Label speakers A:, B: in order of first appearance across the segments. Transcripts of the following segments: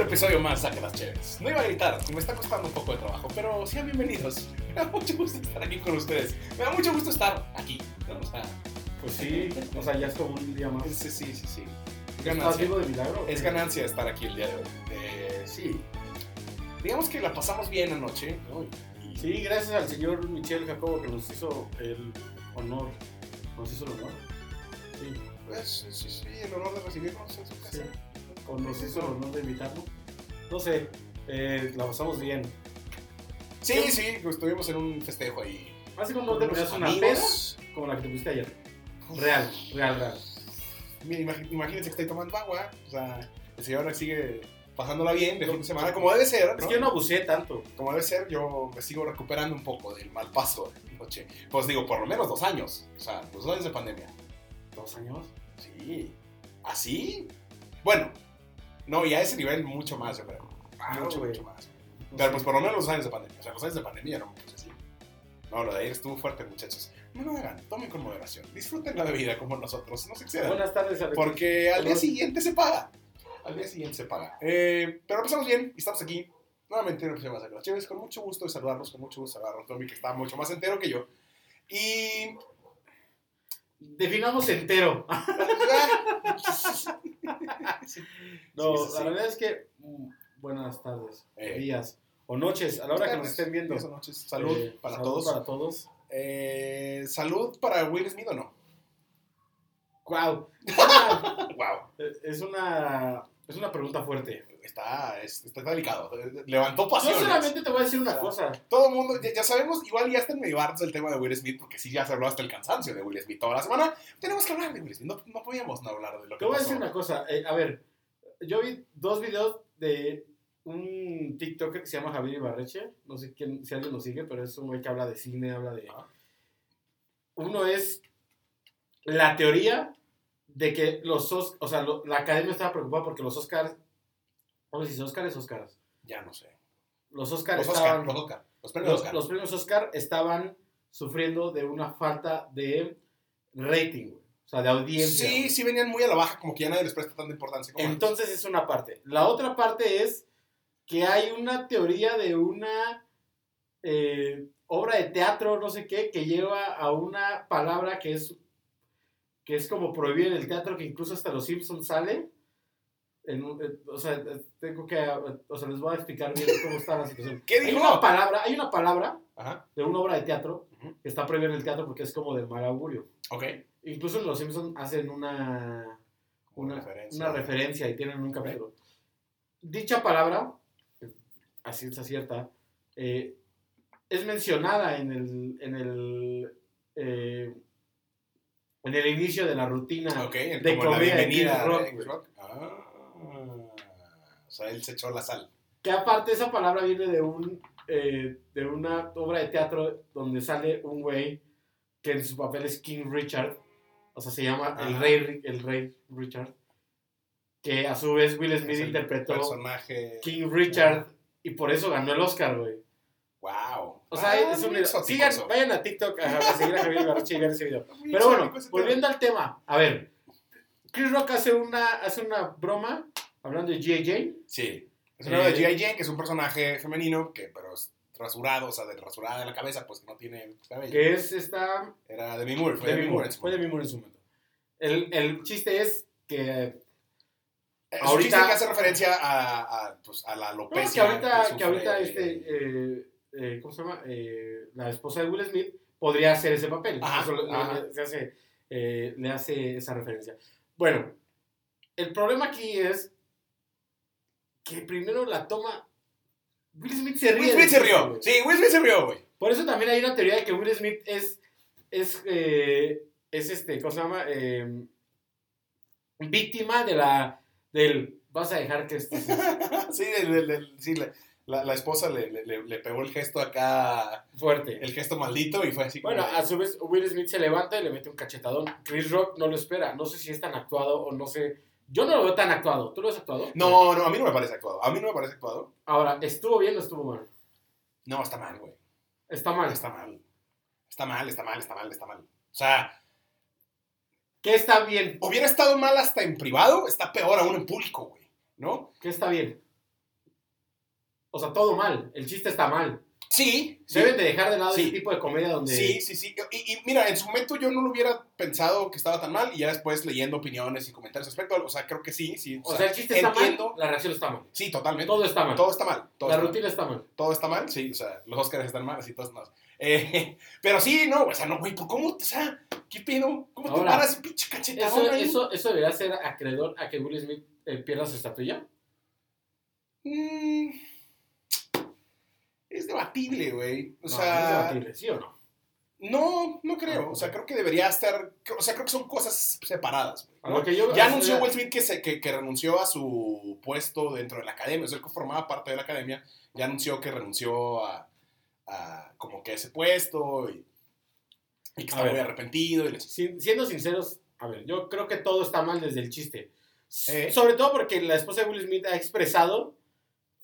A: episodio más a las Chéveres. No iba a gritar, me está costando un poco de trabajo, pero sean bienvenidos. Me da mucho gusto estar aquí con ustedes. Me da mucho gusto estar aquí. ¿no? O sea,
B: Pues sí, o sea, ya estuvo un día más.
A: sí, sí, sí, sí.
B: ¿Estás
A: Ganancia.
B: vivo de milagro? o qué?
A: Es ganancia estar aquí el día de hoy. Eh,
B: Sí.
A: digamos que la pasamos bien anoche, ¿no? Y-
B: Sí, gracias al señor Michel Jacobo que nos hizo el honor. Nos hizo el honor. Sí,
A: Pues, sí, sí, el honor de recibirnos en su casa.
B: sí. O nos hizo el honor de invitarnos. No sé, eh, la pasamos bien.
A: Sí, sí, pues, estuvimos en un festejo ahí.
B: Así como no te ponías una peda
A: Amigos.
B: como la que te pusiste ayer. Real, real, real.
A: Mira, imag- imagínense que estoy tomando agua. O sea, el señor sigue pasándola bien de fin de semana, como debe ser. ¿no?
B: Es que yo no abusé tanto.
A: Como debe ser, yo me sigo recuperando un poco del mal paso de la noche. Pues digo, por lo menos dos años. O sea, dos años de pandemia.
B: ¿Dos años?
A: Sí. ¿Así? Bueno, no, y a ese nivel mucho más, yo creo.
B: Ah,
A: mucho,
B: güey.
A: mucho más.
B: No
A: Pero
B: sé.
A: pues por lo menos los años de pandemia. O sea, los años de pandemia eran muchos así. No, lo de ayer estuvo fuerte, muchachos. No lo hagan, tomen con moderación. Disfruten la bebida como nosotros, no se excedan.
B: Buenas tardes, Alex.
A: Porque al día
B: Perdón.
A: siguiente se paga. Al día siguiente se paga. Eh, pero empezamos bien y estamos aquí. Nuevamente en un episodio más de Los Chéveres. Con mucho gusto de saludarlos, con mucho gusto de saludarlos. Tommy, que está mucho más entero que yo. Y
B: Definamos entero.
A: pues,
B: No,
A: Sí, sí, sí.
B: la verdad es que mm, buenas tardes,
A: Eh.
B: días o noches, a la hora que nos
A: Tardes,
B: estén viendo.
A: días o noches. Salud
B: Eh,
A: para
B: salud
A: todos.
B: Para todos.
A: Eh, salud para Will Smith o no.
B: Wow.
A: Wow.
B: es una es una pregunta fuerte.
A: Está, es- está delicado. Levantó
B: Yo
A: pasiones.
B: solamente te voy a decir una cosa.
A: Todo el mundo, ya, ya sabemos, igual ya está en medio harto el tema de Will Smith, porque sí, ya se habló hasta el cansancio de Will Smith toda la semana. Tenemos que hablar de Will Smith. No, no podíamos no hablar de lo que
B: Te voy a
A: pasó.
B: decir una cosa. eh, a ver, yo vi dos videos de un TikToker que se llama Javier Ibarreche. No sé quién, si alguien lo sigue, pero es un güey que habla de cine, habla de.
A: Ajá.
B: Uno es la teoría de que los Oscars, o sea, lo- la academia estaba preocupada porque los Oscars, no sé si son Oscars, Oscars.
A: Ya no sé.
B: Los Oscars
A: Los Oscar,
B: estaban.
A: los Oscar. Los premios
B: los,
A: Oscar.
B: los premios Oscar estaban sufriendo de una falta de rating, güey. O sea, de audiencia. güey.
A: sí, sí venían muy a la baja, como que ya nadie les presta tanta importancia como antes.
B: Entonces es una parte. La otra parte es que hay una teoría de una eh, obra de teatro, no sé qué, que lleva a una palabra que es, que es como prohibida en el teatro, que incluso hasta los Simpsons sale. En un- eh, o sea, eh, tengo que, eh, o sea, les voy a explicar bien cómo está la situación.
A: ¿Qué
B: Hay
A: dijo?
B: una palabra, hay una palabra
A: Ajá.
B: de una obra de teatro
A: Ujú.
B: que está prohibida en el teatro porque es como del mal augurio.
A: Ok.
B: Incluso los Simpsons hacen una una una referencia, y tienen un capítulo. Dicha palabra, así es cierta, eh, es mencionada en el, en el, eh, en el inicio de la rutina.
A: Ok, el-
B: De
A: como la
B: comedia de
A: bienvenida
B: Chris
A: de
B: Rock,
A: Chris
B: güey.
A: Rock. Ah, o sea, él se echó la sal.
B: Que aparte esa palabra viene de un eh, de una obra de teatro donde sale un güey que en su papel es King Richard, o sea se llama el
A: Ajá.
B: rey Ri- el rey Richard, que a su vez Will Smith
A: Es el
B: interpretó
A: Personaje.
B: King Richard y por eso ganó el Oscar, güey.
A: Wow.
B: O sea, es un sigan- vayan a TikTok a, a seguir a Javier Barroche y vean ese video. Pero bueno, volviendo al tema, a ver, Chris Rock hace una hace una broma hablando de G.I.J.
A: Sí. Es
B: Eh,
A: una de G.I. Jane, que es un personaje femenino, que pero es rasurado, o sea, de rasurada de la cabeza, pues que no tiene cabello.
B: que es esta
A: Era Demi Moore, fue
B: Fue
A: Demi,
B: Demi
A: Moore.
B: Moore, fue Demi Moore en su momento. El, el chiste es que,
A: ahorita...
B: Ahorita-
A: que hace referencia a, a, pues, a la
B: no,
A: alopecia.
B: que ahorita,
A: sufre,
B: que ahorita
A: eh,
B: este, eh, eh, ¿cómo se llama? Eh, la esposa de Will Smith podría hacer ese papel.
A: Ajá,
B: Eso le-
A: ajá.
B: le- se hace, eh, le hace esa referencia. Bueno, el problema aquí es que primero la toma... Will Smith se ríe.
A: Will
B: del
A: Smith se
B: chiste,
A: rió.
B: güey.
A: Sí, Will Smith se rió, güey.
B: Por eso también hay una teoría de que Will Smith es. Es. eh, es este. ¿Cómo se llama? Eh, víctima de la. Del. Vas a dejar que esto.
A: Sí, el- el- el- sí, la, la- la esposa le, le- le- le pegó el gesto acá,
B: Fuerte.
A: el gesto maldito y fue así como...
B: Bueno,
A: de-
B: a su vez, Will Smith se levanta y le mete un cachetadón. Chris Rock no lo espera. No sé si es tan actuado o no sé. Yo no lo veo tan actuado. ¿Tú lo ves actuado?
A: No, no, a mí no me parece actuado. A mí no me parece actuado.
B: Ahora, ¿estuvo bien o estuvo mal?
A: No, está mal, güey.
B: Está mal.
A: Está mal. Está mal, está mal, está mal, está mal. O sea,
B: ¿Qué está bien?
A: hubiera estado mal hasta en privado, está peor aún en público, güey. ¿No?
B: ¿Qué está bien? O sea, todo mal. El chiste está mal.
A: Sí, sí.
B: Deben de dejar de lado
A: Sí.
B: ese tipo de comedia donde.
A: Sí, sí, sí. Y, y mira, en su momento yo no lo hubiera pensado que estaba tan mal y ya después leyendo opiniones y comentarios respecto, o sea, creo que sí, sí.
B: O sea, el chiste está mal, la reacción está mal.
A: Sí, totalmente. Todo,
B: Todo está mal.
A: está mal. Todo
B: la
A: está mal.
B: rutina está mal.
A: todo está mal, sí, o sea, los Oscars están mal, así todos no. Eh, pero sí, no, o sea, no, güey, ¿por ¿cómo? O sea, ¿qué pedo? ¿Cómo te
B: Ahora,
A: paras y pinche cachetadón
B: Eso,
A: ahí?
B: eso, eso debería ser acreedor a que Will Smith eh, pierda su estatuilla.
A: Mm, es debatible, güey. O
B: No, es
A: sea,
B: debatible, ¿sí o no?
A: no, no
B: Ah,
A: creo. O sea,
B: ok.
A: creo que debería estar, o sea, creo que son cosas separadas. güey,
B: A
A: ¿no?
B: lo que yo-
A: Ya
B: a-
A: anunció Will Smith que, se, que, que renunció a su puesto dentro de la academia, o sea, él que formaba parte de la academia, ya anunció que renunció a, a como que ese puesto y, y que
B: A
A: estaba
B: ver.
A: muy arrepentido. Y les-
B: Sin- siendo sinceros, a ver, yo creo que todo está mal desde el chiste. S-
A: Eh.
B: Sobre todo porque la esposa de Will Smith ha expresado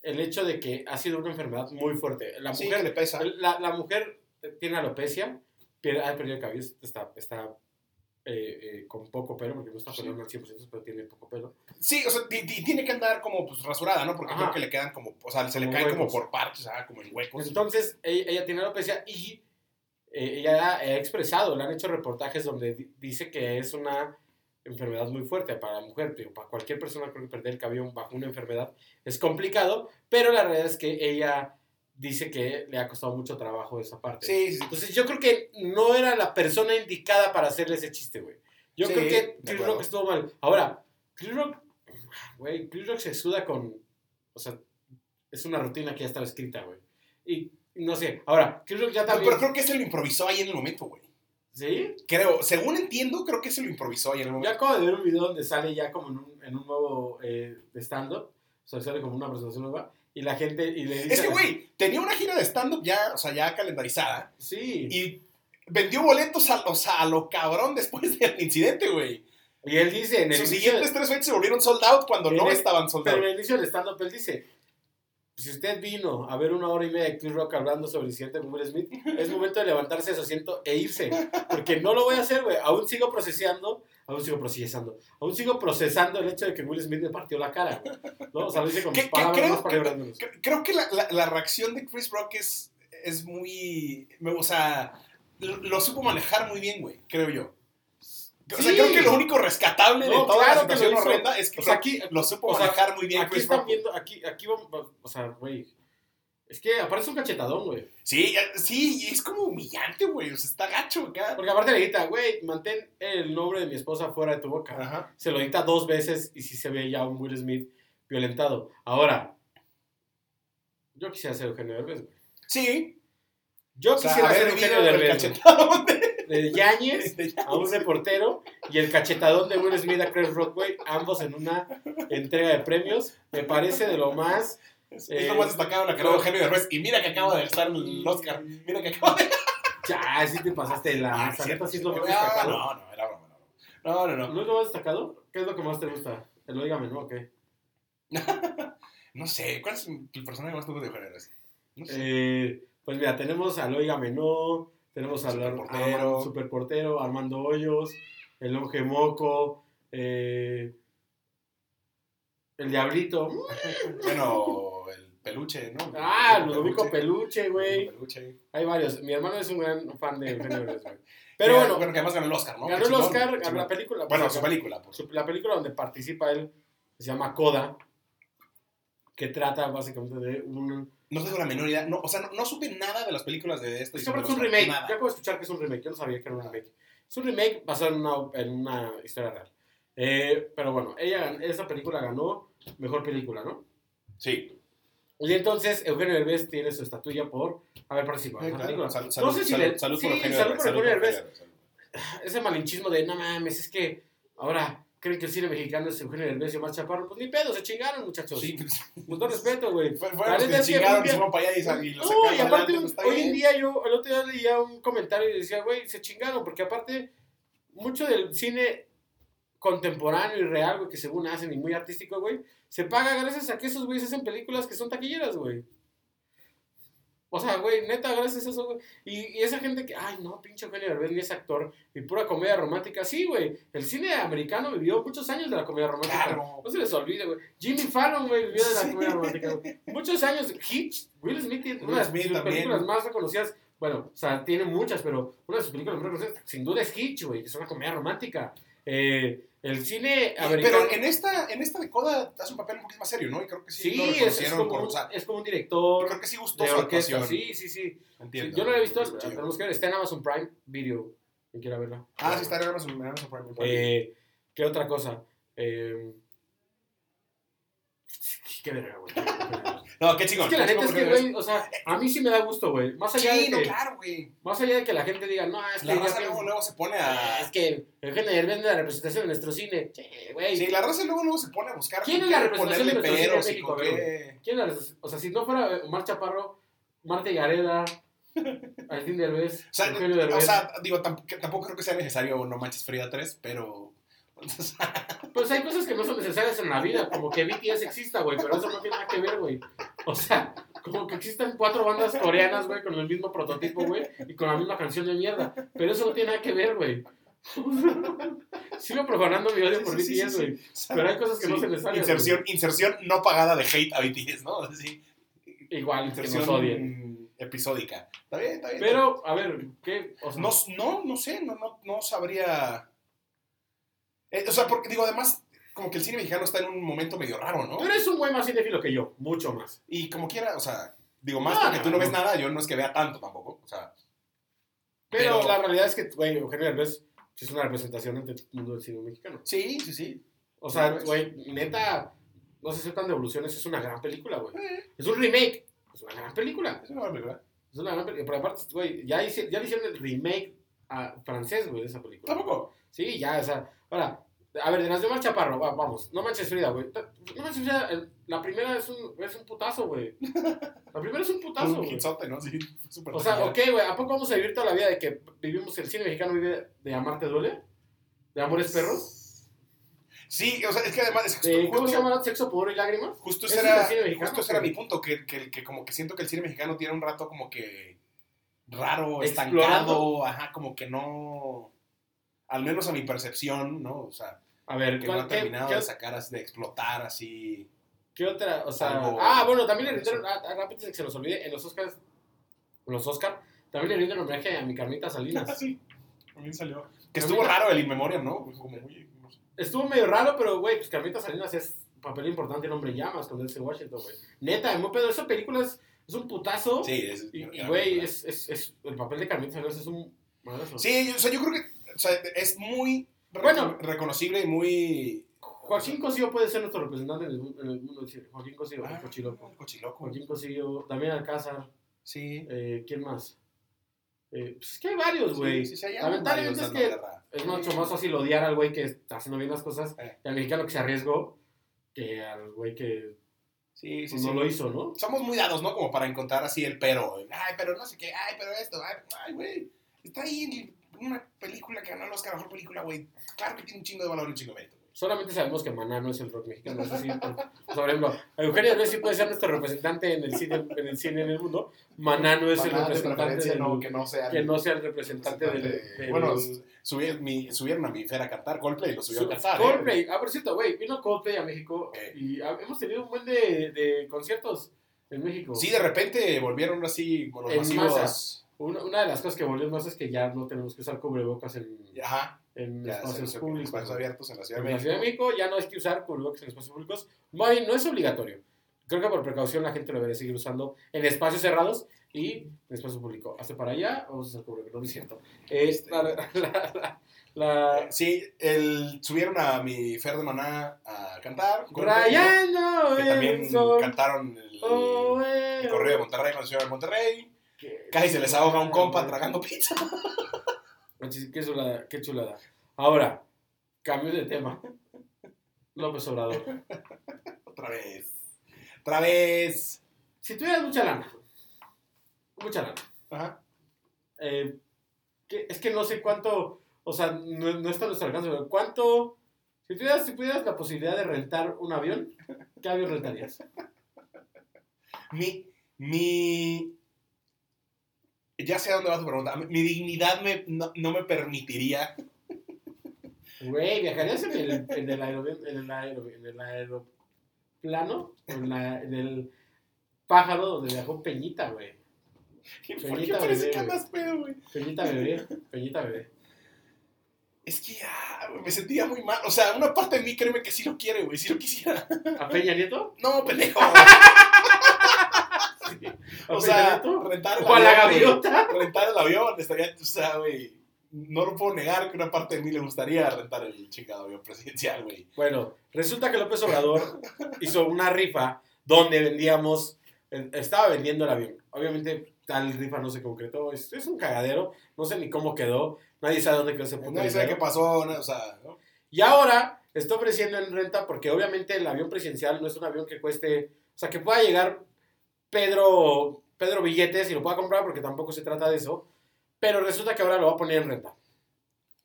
B: el hecho de que ha sido una enfermedad muy fuerte. La
A: Sí,
B: mujer,
A: que le pesa.
B: la, la mujer tiene alopecia, pier- ha perdido cabello, está, está eh, eh, con poco pelo, porque no está
A: Sí.
B: pelando al 100%, pero tiene poco pelo.
A: Sí, o sea, ti- ti- tiene que andar como pues rasurada, ¿no? Porque
B: Ajá.
A: creo que le quedan como, o sea, se le
B: Como
A: cae como
B: huecos.
A: por partes, ah, como en huecos.
B: Entonces, e- ella tiene alopecia y eh, ella ha, ha expresado, le han hecho reportajes donde di- dice que es una enfermedad muy fuerte para la mujer, digo, para cualquier persona creo que perder el cabello bajo una enfermedad es complicado, pero la realidad es que ella dice que le ha costado mucho trabajo esa parte.
A: Sí, sí, sí.
B: Entonces yo creo que no era la persona indicada para hacerle ese chiste, güey. Yo
A: Sí,
B: creo
A: de
B: que Chris
A: acuerdo.
B: Rock estuvo mal. Ahora, Chris Rock, güey, Chris Rock se suda con, o sea, es una rutina que ya estaba escrita, güey. Y no sé, ahora, Chris Rock ya
A: Pero,
B: también...
A: creo que se lo improvisó ahí en el momento, güey.
B: ¿Sí?
A: Creo, según entiendo, creo que se lo improvisó ahí en el
B: Yo
A: momento.
B: acabo de ver un video donde sale ya como en un, en un nuevo eh, stand-up, o sea, sale como una presentación nueva, y la gente, y le dice...
A: Es que, güey, tenía una gira de stand-up ya, o sea, ya calendarizada.
B: Sí. Y,
A: Y vendió boletos a, o sea, a lo cabrón después del incidente, güey.
B: él dice en el
A: Sus
B: inicio-
A: siguientes tres fechas se volvieron sold out cuando no
B: Pero-
A: estaban sold
B: Pero
A: out.
B: al inicio del stand-up él dice, si usted vino a ver una hora y media de Chris Rock hablando sobre el incidente con Will Smith, es momento de levantarse de su asiento e irse. Porque no lo voy a hacer, güey. Aún sigo procesando, aún sigo procesando, aún sigo procesando el hecho de que Will Smith me partió la cara, güey. ¿No? O sea, lo dice con
A: Que- que
B: palabras
A: creo
B: más
A: que-
B: palabras menos.
A: Cre- Creo que la, la- la reacción de Chris Rock es, es muy... me- O sea, lo, lo supo manejar muy bien, güey, creo yo. O sea,
B: Sí.
A: creo que lo único rescatable de
B: No,
A: toda
B: claro
A: la
B: que lo
A: situación
B: hizo.
A: horrenda es que
B: O sea,
A: lo-
B: aquí,
A: lo supo
B: o sea,
A: manejar muy bien
B: aquí
A: Chris
B: están
A: Rock.
B: viendo, aquí, aquí vamos, o sea, güey. Es que aparece un cachetadón, güey.
A: Sí, eh, sí, y es como humillante, güey. O sea, está gacho acá.
B: Porque aparte le grita, güey, mantén el nombre de mi esposa fuera de tu boca.
A: Ajá.
B: se lo dicta dos veces y sí se ve ya un Will Smith violentado. Ahora, yo quisiera ser Eugenio Derbez, güey.
A: Sí.
B: Yo
A: O sea,
B: quisiera ser
A: haber vivido
B: Eugenio
A: el
B: Derbez, güey.
A: cachetadón de-
B: de Yañez
A: de-
B: a un reportero y el cachetadón de Will Smith a Chris Rock, güey, ambos en una entrega de premios, me parece de lo más...
A: Es,
B: Eh,
A: es lo más destacado en la carrera de Eugenio Derbez. Y mira que acaba de estar el Oscar. Mira que acaba de.
B: Ya, sí te pasaste de la...
A: Ah,
B: la neta, sí es lo más
A: Ah,
B: destacado.
A: No, no, era broma. No, no, no. No, no, no.
B: ¿No es lo más destacado? ¿Qué es lo que más te gusta? El Óigame, ¿no? ¿O qué?
A: No sé, ¿cuál es el personaje más tuvo de Eugenio Derbez? No sé.
B: Eh, pues mira, tenemos al Oígame No, tenemos al
A: Superportero.
B: Armando- Superportero, Armando Hoyos, el Longe Moco, eh, el Diablito.
A: Bueno, el peluche, ¿no?
B: Ah,
A: El
B: Ludovico
A: peluche.
B: Peluche, güey.
A: El peluche.
B: Hay varios. Mi hermano es un gran fan de Eugenio Derbez, güey. Pero
A: Que-
B: bueno,
A: que además ganó el Oscar, ¿no?
B: ganó
A: Qué
B: el
A: chingón,
B: Oscar,
A: qué
B: ganó
A: chingón.
B: la película.
A: Bueno,
B: pues,
A: su
B: acá-
A: película, por
B: su- La película donde participa él se llama Coda, que trata básicamente de un
A: No tengo la menor idea. No, o sea, no, no supe nada de las películas de este.
B: Es que
A: edición
B: Pues aparte es
A: del
B: un
A: Oscar,
B: remake.
A: nada.
B: Yo acabo de escuchar que es un remake. Yo no sabía que era un remake. Es un remake basado en una, en una historia real. Eh, pero bueno, ella, gan- esa película ganó mejor película, ¿no?
A: Sí.
B: Eh, Y entonces Eugenio Derbez tiene su estatuilla por haber participado en esa película. no sé si le-
A: Eh, Salud
B: sí,
A: por Eugenio
B: salud por Eugenio
A: Derbez,
B: Derbez.
A: salud por Eugenio
B: Ese malinchismo de no mames, es que ahora creen que el cine mexicano es Eugenio Derbez y Omar Chaparro. Pues ni pedo, se chingaron, muchachos.
A: Derbez. Sí. pues,
B: Con todo respeto, güey.
A: Fue,
B: La
A: fueron los
B: neta
A: que
B: es que
A: chingaron
B: hoy
A: y se
B: día-
A: fueron para allá y, sal- y lo
B: No,
A: sacaron
B: y aparte,
A: adelante, pues, está
B: hoy en
A: bien.
B: día yo, el otro día leía un comentario y decía, güey, se chingaron, porque aparte, mucho del cine contemporáneo y real, güey, que según hacen y muy artístico, güey, se paga gracias a que esos güeyes hacen películas que son taquilleras, güey. O sea, güey, neta, gracias a eso, güey. Y, y esa gente que, ay, no, pinche Eugenio Derbez ni es actor, y pura comedia romántica. Sí, güey, el cine americano vivió muchos años de la comedia romántica.
A: Claro.
B: No se les olvide, güey. Jimmy Fallon, güey, vivió de la comedia romántica. güey. Muchos años. Hitch, Will Smith, tiene una de sus
A: Will Smith también.
B: películas más reconocidas. Bueno, o sea, tiene muchas, pero una de sus películas más reconocidas, sin duda, es Hitch, güey. que Es una comedia romántica. Eh, el cine americano.
A: Pero en esta, en esta de Coda hace un papel un poquito más serio, ¿no? Y creo que sí,
B: sí,
A: lo
B: es, es
A: reconocieron
B: como,
A: por-
B: un-
A: o sea,
B: es como un
A: yo
B: director
A: creo que sí gustó
B: de
A: su
B: orquesta.
A: actuación.
B: Sí, sí, sí.
A: Entiendo.
B: Sí, yo no la he visto,
A: Sí.
B: tenemos que ver. Está en Amazon Prime Video. Quien quiera verla.
A: Ah, sí, está en Amazon, en Amazon Prime.
B: Eh, ¿Qué otra cosa? Eh, qué verga, güey.
A: no, qué chingón.
B: Es que la
A: qué
B: neta
A: chingón,
B: es que,
A: porque-
B: güey, o sea, a mí sí me da gusto, güey. Más, allá de
A: Sí, no,
B: que- este,
A: claro, güey.
B: más allá de que la gente diga, no, es que.
A: La
B: yo
A: raza
B: que-
A: luego, luego se pone
B: Ah,
A: a...
B: es que Eugenio Derbez es la representación de nuestro cine. Che, güey.
A: Sí, la raza luego, luego se pone a buscar
B: ¿Quién
A: con
B: es la
A: qué
B: representación de
A: ponerle
B: nuestro cine
A: peros y
B: en
A: con
B: México,
A: qué...
B: ¿Quién la representa- O sea, si no fuera eh, Omar Chaparro, Marta Gareda, Martín Derbez,
A: O sea,
B: Eugenio Derbez.
A: o sea, digo, tamp- que tampoco creo que sea necesario No Manches Frida 3, pero...
B: Pues hay cosas que no son necesarias en la vida, como que BTS exista, güey, pero eso no tiene nada que ver, güey. O sea, como que existan cuatro bandas coreanas, güey, con el mismo prototipo, güey, y con la misma canción de mierda, pero eso no tiene nada que ver, güey. Sigo profanando mi odio por
A: Sí, sí, sí,
B: BTS,
A: sí.
B: güey,
A: O sea,
B: pero hay cosas que no
A: sí,
B: son necesarias. güey.
A: Inserción, inserción no pagada de hate a BTS, ¿no? Sí,
B: Igual, que nos
A: inserción
B: odien.
A: mm, episódica. Está bien, está bien.
B: Pero, a ver, ¿qué? O sea,
A: No, no, no sé, no, no, no sabría... Eh, o sea, porque digo, además, como que el cine mexicano está en un momento medio raro, ¿no?
B: tú eres un güey más cinéfilo que yo, mucho más.
A: Y como quiera, o sea, digo, más
B: No,
A: porque tú no
B: no,
A: ves
B: Ah, no.
A: nada, yo no es que vea tanto tampoco. O sea,
B: Pero,
A: Pero-
B: la realidad es que, güey, Eugenio Derbez sí es una representación ante el mundo del cine mexicano.
A: sí, sí, sí.
B: O sea,
A: Pues.
B: güey, neta, no se aceptan devoluciones, es una gran película, güey. Es un remake, es una gran película.
A: Es una buena película.
B: Es una gran película. Pero aparte, güey, ya, hice- ya le hicieron el remake a francés, güey, de esa película.
A: Tampoco.
B: Sí, ya, o sea, ahora, a ver, de las de Omar Chaparro, va- vamos, no manches Frida, güey. Ta- No manches Frida, el- la primera es un, es un putazo, güey. La primera es un putazo,
A: Un
B: güey.
A: hitzote, ¿no? Sí, súper
B: O sea,
A: taquillero.
B: ok, güey, ¿a poco vamos a vivir toda la vida de que vivimos, el cine mexicano vive de Amarte Duele? ¿De Amores Perros?
A: Sí, o sea, es que además, es que
B: ¿De, ¿Cómo se
A: justo,
B: llama? ¿Sexo, Pudor y Lágrimas?
A: justo
B: ¿Ese
A: ese
B: es el
A: era,
B: cine mexicano?
A: justo ese era
B: Sí.
A: mi punto, que, que, que como que siento que el cine mexicano tiene un rato como que raro,
B: Explorando.
A: estancado, ajá, como que no, al menos a mi percepción, ¿no? O sea,
B: A ver,
A: que no
B: ¿cuál-
A: ha
B: qué-
A: terminado
B: qué-
A: de sacar, as- de explotar así.
B: ¿Qué otra? O sea,
A: Algo-
B: ah, bueno, también le rindieron, ah, ah, rápido que se nos olvide, en los Oscars, en los Oscar, también le rindieron homenaje a mi Carmita Salinas.
A: sí, también salió. Que
B: A mí
A: estuvo
B: no-
A: raro el In Memoriam, ¿no?
B: Pues,
A: Como muy, no sé.
B: Estuvo medio raro, pero, güey, pues Carmita Salinas es papel importante en Hombre en Llamas con Denzel Washington, güey. Neta, muy pedo, esa película es, es un putazo.
A: Sí, es-
B: Y, y,
A: era
B: güey,
A: verdad.
B: es, es, es, el papel de Carmita Salinas es un... madrazo.
A: Sí, yo- o sea, yo creo que o sea, es muy re-
B: Bueno.
A: reconocible y muy...
B: Joaquín Cosío puede ser nuestro representante en el, mu- en el mundo del cine. Joaquín Cosío,
A: Ah,
B: Cochiloco.
A: Cochiloco.
B: Joaquín Cosío, Damián Alcázar,
A: Sí.
B: eh, ¿quién más? Eh, pues es que hay varios, güey.
A: Sí, sí, hay
B: Lamentablemente
A: varios
B: es
A: dando
B: que-
A: guerra.
B: Es mucho más fácil odiar al güey que está haciendo bien las cosas
A: Eh.
B: y al mexicano que se arriesgó que al güey que
A: Sí, sí,
B: pues,
A: sí.
B: no lo hizo, ¿no?
A: Somos muy dados, ¿no? Como para encontrar así el pero. el, Ay, pero no sé qué. Ay, pero esto. Ay, ay, güey. Está ahí en una película que ganó el Oscar a mejor película, güey. Claro que tiene un chingo de valor y un chingo de mérito. güey.
B: Solamente sabemos que Maná no es el rock mexicano. Eso sí, por, por ejemplo, Eugenio Derbez sí puede ser nuestro representante en el cine en el, cine en el mundo. Maná no es el
A: Banal de
B: representante
A: preferencia,
B: del,
A: no, que no sea.
B: que
A: el
B: no sea el representante del,
A: representante de-
B: del-
A: Bueno, subi- mi- subieron a mi Fer a cantar Coldplay y lo subió a cantar. ¿eh?
B: Coldplay, ah, por cierto, güey, vino Coldplay a México
A: Ok.
B: y ah, hemos tenido un buen de, de conciertos en México.
A: Sí, de repente volvieron así con los
B: En
A: masivos.
B: masa. Una, una de las cosas que volvió más es que ya no tenemos que usar cubrebocas en,
A: Ajá.
B: en
A: Ya, se-
B: espacios
A: se-
B: públicos.
A: espacios
B: güey.
A: abiertos en la Ciudad
B: en
A: de
B: la
A: México.
B: Ciudad de México ya no hay que usar cubrebocas en espacios públicos. Más bien, no es obligatorio. Creo que por precaución la gente lo debería seguir usando en espacios cerrados y en espacio público. Hasta para allá, vamos a usar cubrebocas, no es cierto. Eh,
A: Este.
B: la- la- la- la-
A: Sí, el, subieron a mi Fer de Maná a cantar. con-
B: Rayando
A: Que
B: el
A: también
B: sol.
A: cantaron el,
B: Oh, eh.
A: el correo de Monterrey, la ciudad de Monterrey.
B: Qué
A: Casi se les ahoga un compa
B: chulada,
A: tragando pizza.
B: Manches, Qué chulada, qué chulada. Ahora, cambio de tema. López Obrador.
A: Otra vez. Otra vez.
B: Si tuvieras mucha lana, mucha lana,
A: Ajá.
B: eh, que- es que no sé cuánto, o sea, no, no está a nuestro alcance, pero cuánto, si tuvieras, si tuvieras la posibilidad de rentar un avión, ¿qué avión rentarías?
A: Mi, mi ya sé a dónde va tu pregunta. Mi dignidad me- no, no me permitiría.
B: Güey, ¿viajarías en el, en el aeroplano? En el, aero- en el aeroplano? En, la- en el pájaro donde viajó Peñita, güey.
A: ¿Por qué
B: Peñita
A: parece
B: bebé,
A: que
B: güey.
A: andas pedo, güey?
B: Peñita bebé, Peñita bebé.
A: Es que ah, güey, me sentía muy mal. O sea, una parte de mí, créeme que sí lo quiere, güey. Sí lo quisiera.
B: ¿A Peña Nieto?
A: No, pendejo.
B: ¿A
A: O
B: Peña
A: sea,
B: Nieto?
A: rentar el
B: ¿O a la
A: avión, güey.
B: gaviota?
A: rentar el avión, estaría, o sea, güey, no lo puedo negar que una parte de mí le gustaría rentar el chingado avión presidencial, güey.
B: Bueno, resulta que López Obrador hizo una rifa donde vendíamos, eh, estaba vendiendo el avión. Obviamente tal rifa no se concretó, es, es un cagadero, no sé ni cómo quedó, nadie sabe dónde quedó ese puto
A: Nadie sabe qué
B: dinero.
A: pasó, no, o sea, ¿no?
B: Y ahora está ofreciendo en renta porque obviamente el avión presidencial no es un avión que cueste, o sea, que pueda llegar Pedro, Pedro Billetes y lo pueda comprar porque tampoco se trata de eso, pero resulta que ahora lo va a poner en renta.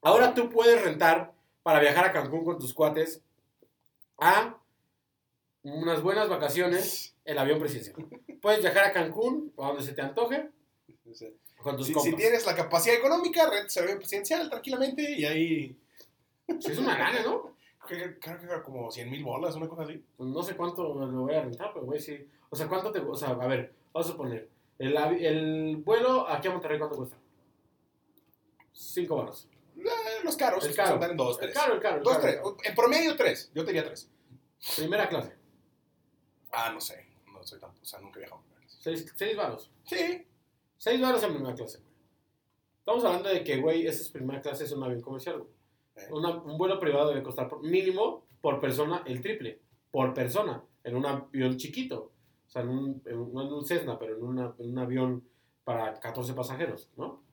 B: Ahora tú puedes rentar para viajar a Cancún con tus cuates a unas buenas vacaciones el avión presidencial. Puedes viajar a Cancún o a donde se te antoje
A: O sea,
B: con tus
A: si, si
B: compas.
A: tienes la capacidad económica, rentas el avión presidencial tranquilamente y ahí,
B: Sí, es una lana, ¿no?
A: creo, creo que era como 100 mil bolas, una cosa así.
B: Pues no sé cuánto lo voy a rentar, pero güey, sí. O sea, ¿cuánto te.? O sea, a ver, vamos a suponer. El, avi- el vuelo aquí a Monterrey, ¿cuánto cuesta? Cinco baros.
A: Eh, los caros,
B: El caro.
A: están en dos,
B: El
A: tres.
B: caro, el caro. El
A: Dos,
B: caro,
A: tres.
B: el caro.
A: En promedio, tres. Yo te diría tres.
B: Primera clase.
A: Ah, no sé. No soy tan, o sea, nunca he viajado.
B: Seis, seis baros.
A: Sí,
B: Seis baros en primera clase, güey. Estamos hablando de que, güey, esa es primera clase, es un avión comercial, güey.
A: Eh.
B: Una- un vuelo privado debe costar por- mínimo por persona el triple. Por persona. En un avión chiquito. O sea, en un, en un- no en un Cessna, pero en, una- en un avión para 14 pasajeros, ¿no?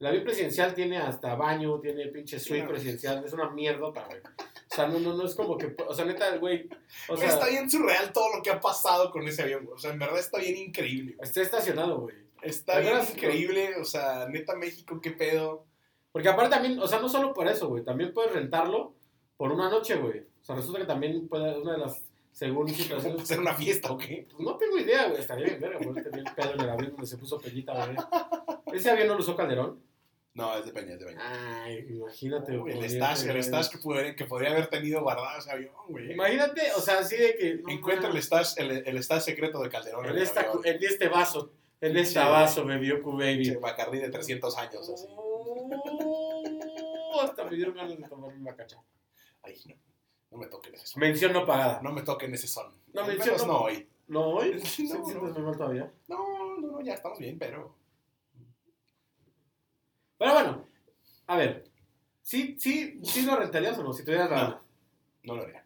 B: El avión presidencial tiene hasta baño, tiene pinche suite
A: no.
B: presidencial, es una mierdota, güey. O sea, no, no, no es como que. O sea, neta, güey. O sea,
A: está bien surreal todo lo que ha pasado con ese avión. güey. O sea, en verdad está bien increíble. güey.
B: está estacionado, güey.
A: Está
B: De
A: bien
B: veras,
A: increíble. O sea, neta México, qué pedo.
B: Porque aparte también, o sea, no solo por eso, güey, también puedes rentarlo por una noche, güey. O sea, resulta que también puede, una de las, según
A: ¿Cómo
B: situaciones...
A: hacer una fiesta o qué?
B: Pues no tengo idea, güey, estaría bien, verga, güey, tenía el pedo en el avión donde se puso Peñita, güey. Ese avión no lo usó Calderón.
A: No, es de Peña, es de Peña.
B: Ay, imagínate,
A: Uy, el
B: podría
A: stash, el
B: tener-
A: stash que, pudiera- que podría haber tenido guardado ese avión, güey.
B: Imagínate, o sea, así de que... no
A: Encuentra el
B: mames,
A: stash, el, el stash secreto de Calderón.
B: en,
A: el
B: esta
A: avión.
B: cu- en este vaso, en este
A: Sí,
B: vaso me vio
A: Pinche
B: Q-Baby.
A: Bacardí de 300 años, así.
B: Oh, hasta me dieron ganas de tomar una cacha.
A: Ay, no, no me toquen ese son.
B: Mención no pagada.
A: No me toquen ese son.
B: No
A: Al
B: menciono-
A: menos no hoy.
B: No, hoy.
A: No,
B: ¿Sí
A: no.
B: te sientes muy mal todavía?
A: No, no, no, ya estamos bien, pero...
B: Pero bueno, a ver. ¿Sí, sí, sí lo rentarías o no? Si tuvieras la
A: No.
B: lana.
A: No lo haría.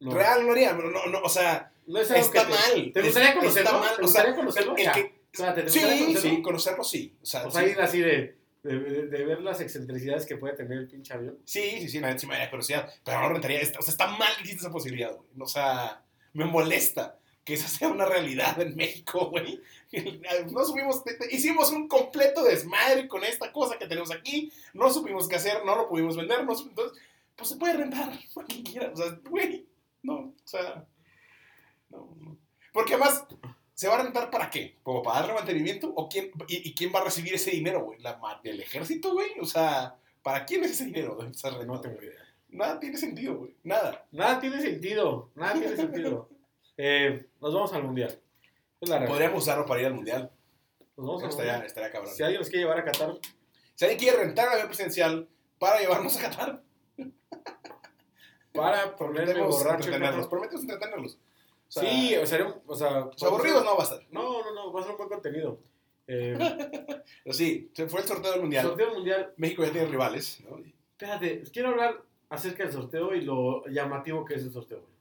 B: No.
A: Real no haría. No, no, no, o sea,
B: No es algo
A: Está
B: que
A: mal.
B: ¿Te gustaría
A: Está
B: conocerlo?
A: mal,
B: ¿Te
A: o sea,
B: gustaría conocerlo?
A: el
B: Pues Ya.
A: que...
B: Espérate, ¿te gustaría
A: Sí,
B: conocerlo? Pues
A: sí, conocerlo sí. O sea,
B: O sea,
A: sí.
B: ir así de, de, de- de ver las excentricidades que puede tener el pinche avión.
A: Sí, sí, sí, la neta sí me daría curiosidad, pero no rentaría esta. O sea, está mal que existe esa posibilidad, güey. O sea, me molesta que esa sea una realidad en México, güey. No supimos, te- te- hicimos un completo desmadre con esta cosa que tenemos aquí. No supimos qué hacer, no lo pudimos vender. No sup- entonces, pues se puede rentar a quien quiera. O sea, güey, no, o sea, no, no. Porque además, ¿se va a rentar para qué? ¿Como para darle mantenimiento? ¿O quién, y, y quién va a recibir ese dinero, güey? ¿La, ma- ¿El ejército, güey? O sea, ¿para quién es ese dinero? güey? Esa renta,
B: No
A: güey?
B: tengo idea.
A: Nada tiene sentido, güey. Nada.
B: Nada tiene sentido. Nada tiene sentido. Eh, nos vamos al mundial. Es la realidad.
A: Podríamos usarlo para ir al mundial.
B: Nos vamos al
A: Estaría,
B: mundial.
A: estaría cabrón.
B: Si alguien nos quiere llevar a Qatar,
A: Si alguien quiere rentar un avión presidencial para llevarnos a Qatar,
B: para ponerme
A: prometemos
B: borracho. en
A: entretenerlos.
B: Qatar.
A: Prometemos entretenerlos. O sea,
B: Sí, o sea, o sea,
A: o sea, aburridos no va a estar.
B: No, no, no, va a ser un buen contenido. Eh,
A: Pero sí, se fue el sorteo del mundial.
B: sorteo mundial.
A: México ya tiene rivales. ¿no?
B: Espérate, quiero hablar acerca del sorteo y lo llamativo que es el sorteo. güey.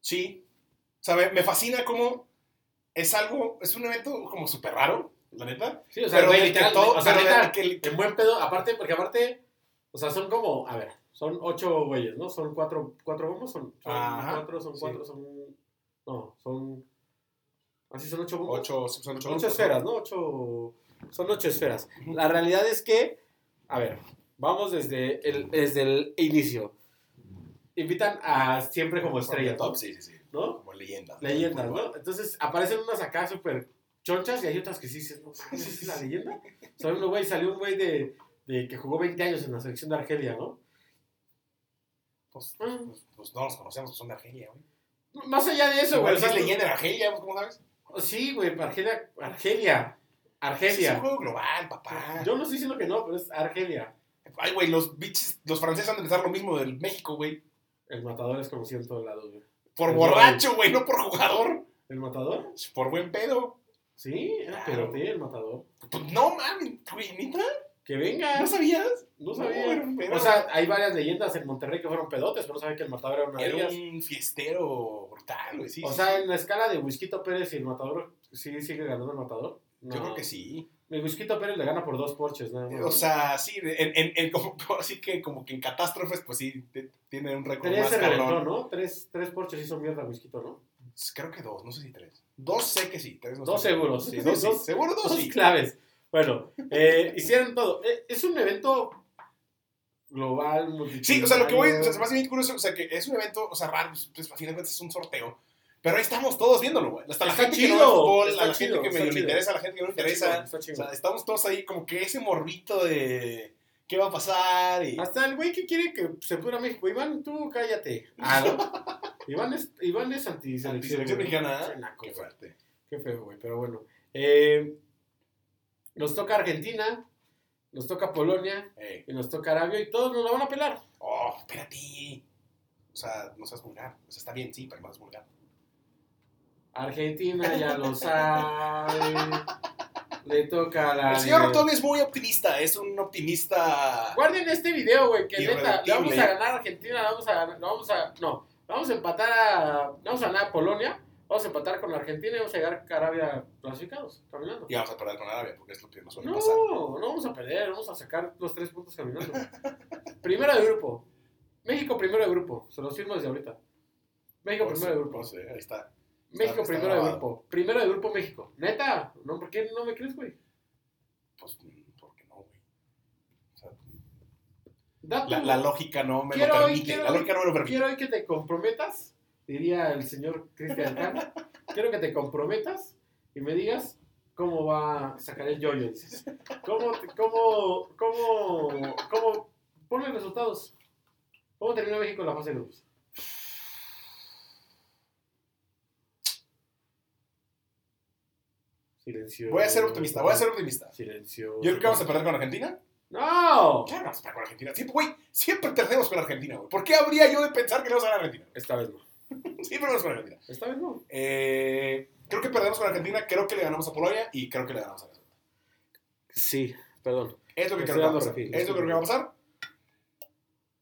A: Sí. O sea, me- me fascina cómo es algo, es un evento como súper raro, la neta.
B: Sí, o sea,
A: pero
B: güey,
A: del
B: literal,
A: que todo,
B: o sea,
A: pero
B: neta,
A: del que el-
B: en buen pedo, aparte, porque aparte, o sea, son como, a ver, son ocho güeyes, ¿no? Son cuatro, cuatro bombos, son, son
A: Ajá,
B: cuatro, son
A: sí.
B: cuatro, son, no, son, así son ocho bombos.
A: ocho, son ocho,
B: Ocho
A: grupos,
B: esferas, ¿no? Ocho. Son ocho esferas.
A: Ujú.
B: La realidad es que. A ver, vamos desde el, desde el inicio. Invitan a siempre como
A: Como
B: estrella,
A: top, sí, sí, sí.
B: ¿no?
A: Como leyendas.
B: Leyendas, ¿no? Entonces aparecen unas acá súper chonchas y hay otras que sí dices, no mames, ¿esa es la leyenda. O sea, un güey, salió un güey de, de que jugó 20 años en la selección de Argelia, ¿no?
A: Pues,
B: Mm.
A: pues, pues no los conocemos, pues son de Argelia, güey.
B: Más allá de eso,
A: Igual
B: güey.
A: si es
B: o sea,
A: leyenda en Argelia, pues, ¿cómo sabes?
B: Sí, güey, Argelia. Argelia.
A: Es un
B: Argelia.
A: juego global, papá.
B: Yo no estoy diciendo que no, pero es Argelia.
A: Ay, güey, los bichis, los franceses han de pensar lo mismo del México, güey.
B: El matador es conocido en todos lados, güey.
A: Por
B: Pero,
A: borracho, güey, no por jugador.
B: ¿El matador?
A: Por buen pedo.
B: Sí, era
A: Claro.
B: pedote, el matador.
A: Pues no mames, güey, ¿neta?
B: Que venga.
A: ¿No sabías?
B: No
A: No,
B: sabía.
A: era un pedo.
B: o sea, hay varias leyendas en Monterrey que fueron pedotes, pero no sabía que el matador era una de
A: Era
B: ellas.
A: un fiestero brutal, güey, sí.
B: o
A: sí,
B: sea,
A: sí.
B: en la escala de Whisquito Pérez y el matador, ¿sí sigue ganando el matador?
A: yo creo que sí.
B: Mi Whisquito Pérez le gana por dos porches, nada más.
A: O sea, sí, en, en, en como, como- así que como que en catástrofes, pues sí, te- tiene un récord
B: tres
A: más
B: se reventó,
A: cabrón.
B: ¿no? Tres, tres porches hizo mierda Whisquito, ¿no?
A: Creo que dos, no sé si tres. Dos sé que sí, tres no
B: Dos
A: estoy
B: seguros.
A: Sí, dos, sí.
B: Dos-
A: Seguro dos
B: Dos
A: sí.
B: claves. Bueno, eh, hicieron todo. Eh, Es un evento global,
A: Sí, o sea, lo que voy, o sea, se
B: multitudinario.
A: me hace bien curioso, o sea, que es un evento, o sea, raro, pues, pues, a fin de cuentas es un sorteo, pero ahí estamos todos viéndolo, güey. Hasta la
B: Está
A: gente que no
B: chido,
A: ve fútbol,
B: está
A: a la
B: chido,
A: gente que
B: está
A: medio le
B: chido.
A: interesa, a la gente que no le
B: Está
A: interesa.
B: chido, está
A: o
B: chido.
A: sea, estamos todos ahí como que ese morrito de qué va a pasar y...
B: Hasta el güey que quiere que se pudra México. Iván, tú cállate. Ah, no. Iván es, Iván es antiselección.
A: Antiselección
B: güey.
A: mexicana, ¿eh?
B: Sí, naco,
A: Qué
B: güey.
A: fuerte.
B: Qué feo, güey, pero bueno. Eh, nos toca Argentina, nos toca Polonia
A: Eh,
B: y nos toca Arabia y todos nos la van a pelar.
A: oh, espérate. O sea, no seas vulgar. O sea, está bien, sí, pero no es vulgar.
B: Argentina ya lo sabe. Le toca a la.
A: El señor Rotomi es muy optimista, es un optimista...
B: Guarden este video, güey, que neta, le vamos
A: Irreductible.
B: a ganar a Argentina, le vamos a ganar, le vamos a, no, le vamos a empatar a, le vamos a ganar a Polonia, vamos a empatar con la Argentina y vamos a llegar a Arabia clasificados, caminando.
A: Y vamos a perder con Arabia, porque es lo que nos suele
B: No,
A: pasar.
B: no vamos a perder, vamos a sacar los tres puntos caminando. primero de grupo, México primero de grupo, se los firmo desde ahorita. México
A: Por
B: primero
A: eso,
B: de grupo,
A: por eso, eh, Ahí está.
B: México
A: está
B: primero de
A: grabado.
B: grupo, primero de grupo México. Neta, no, ¿por qué no me crees, güey?
A: Pues, ¿por qué no, güey? O sea,
B: Dato.
A: La, la lógica no me
B: Quiero
A: lo
B: hoy,
A: permite.
B: quiero
A: la
B: hoy,
A: lógica no me lo permite.
B: Quiero hoy que te comprometas, diría el señor Cristian Kahn. quiero que te comprometas y me digas cómo va a sacar el yoyo. dices. ¿Cómo, te- cómo, cómo, cómo, ponme resultados. ¿Cómo terminó México en la fase de grupos? Silencio.
A: Voy a ser optimista, voy a ser optimista.
B: Silencio.
A: Yo creo que vamos a perder con Argentina.
B: ¡No!
A: Claro, vamos a perder con Argentina. Siempre, güey, siempre perdemos con Argentina, güey. ¿Por qué habría yo de pensar que le vamos a ganar a Argentina?
B: Esta vez no.
A: Siempre perdemos con Argentina.
B: Esta vez no.
A: Eh, creo que perdemos con Argentina, creo que le ganamos a Polonia y creo que le ganamos a Venezuela.
B: Sí, perdón.
A: Es lo que
B: Estoy
A: creo que va a
B: dando
A: pasar.
B: perfil,
A: Es lo
B: estoy
A: que creo que va a
B: dando
A: pasar.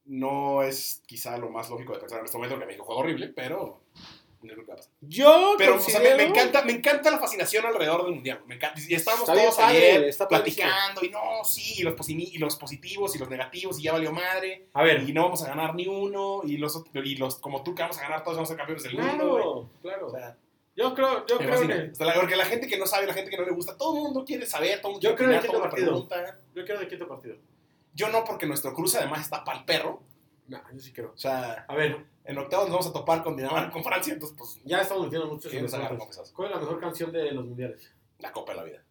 A: No es quizá lo más lógico de pensar en este momento, porque México juega horrible, pero no es lo que va a pasar.
B: Yo
A: Pero o sea,
B: considero...
A: me, me encanta, me encanta la fascinación alrededor del mundial. Me encanta. Y estábamos
B: Está bien
A: todos "Ah,
B: padre, ¿eh?
A: ayer
B: está padrísimo.
A: platicando y no, sí, y los, posimi- y los positivos y los negativos y ya valió madre.
B: A ver,
A: Y no vamos a ganar ni uno. Y los, ot- y los como tú que vamos a ganar todos vamos a ser campeones del mundo. güey.
B: claro,
A: O
B: claro.
A: sea,
B: Yo creo, yo
A: me
B: creo
A: fascina.
B: en
A: O sea, la- porque la gente que no sabe, la gente que no le gusta, todo el mundo quiere saber, todo el mundo
B: Yo
A: quiere
B: creo en
A: opinar,
B: el
A: todo el
B: quinto
A: mundo pregunta.
B: Yo quiero de quinto partido.
A: Yo no, porque nuestro cruce además está pa'l perro.
B: No, yo sí quiero.
A: O sea,
B: A ver,
A: en octavos nos vamos a topar con Dinamarca, con Francia, entonces pues
B: ya estamos metiendo muchos
A: ¿Quién nos agarra
B: deportes.
A: con esas?
B: ¿Cuál es la mejor canción de los mundiales?
A: la copa de la vida.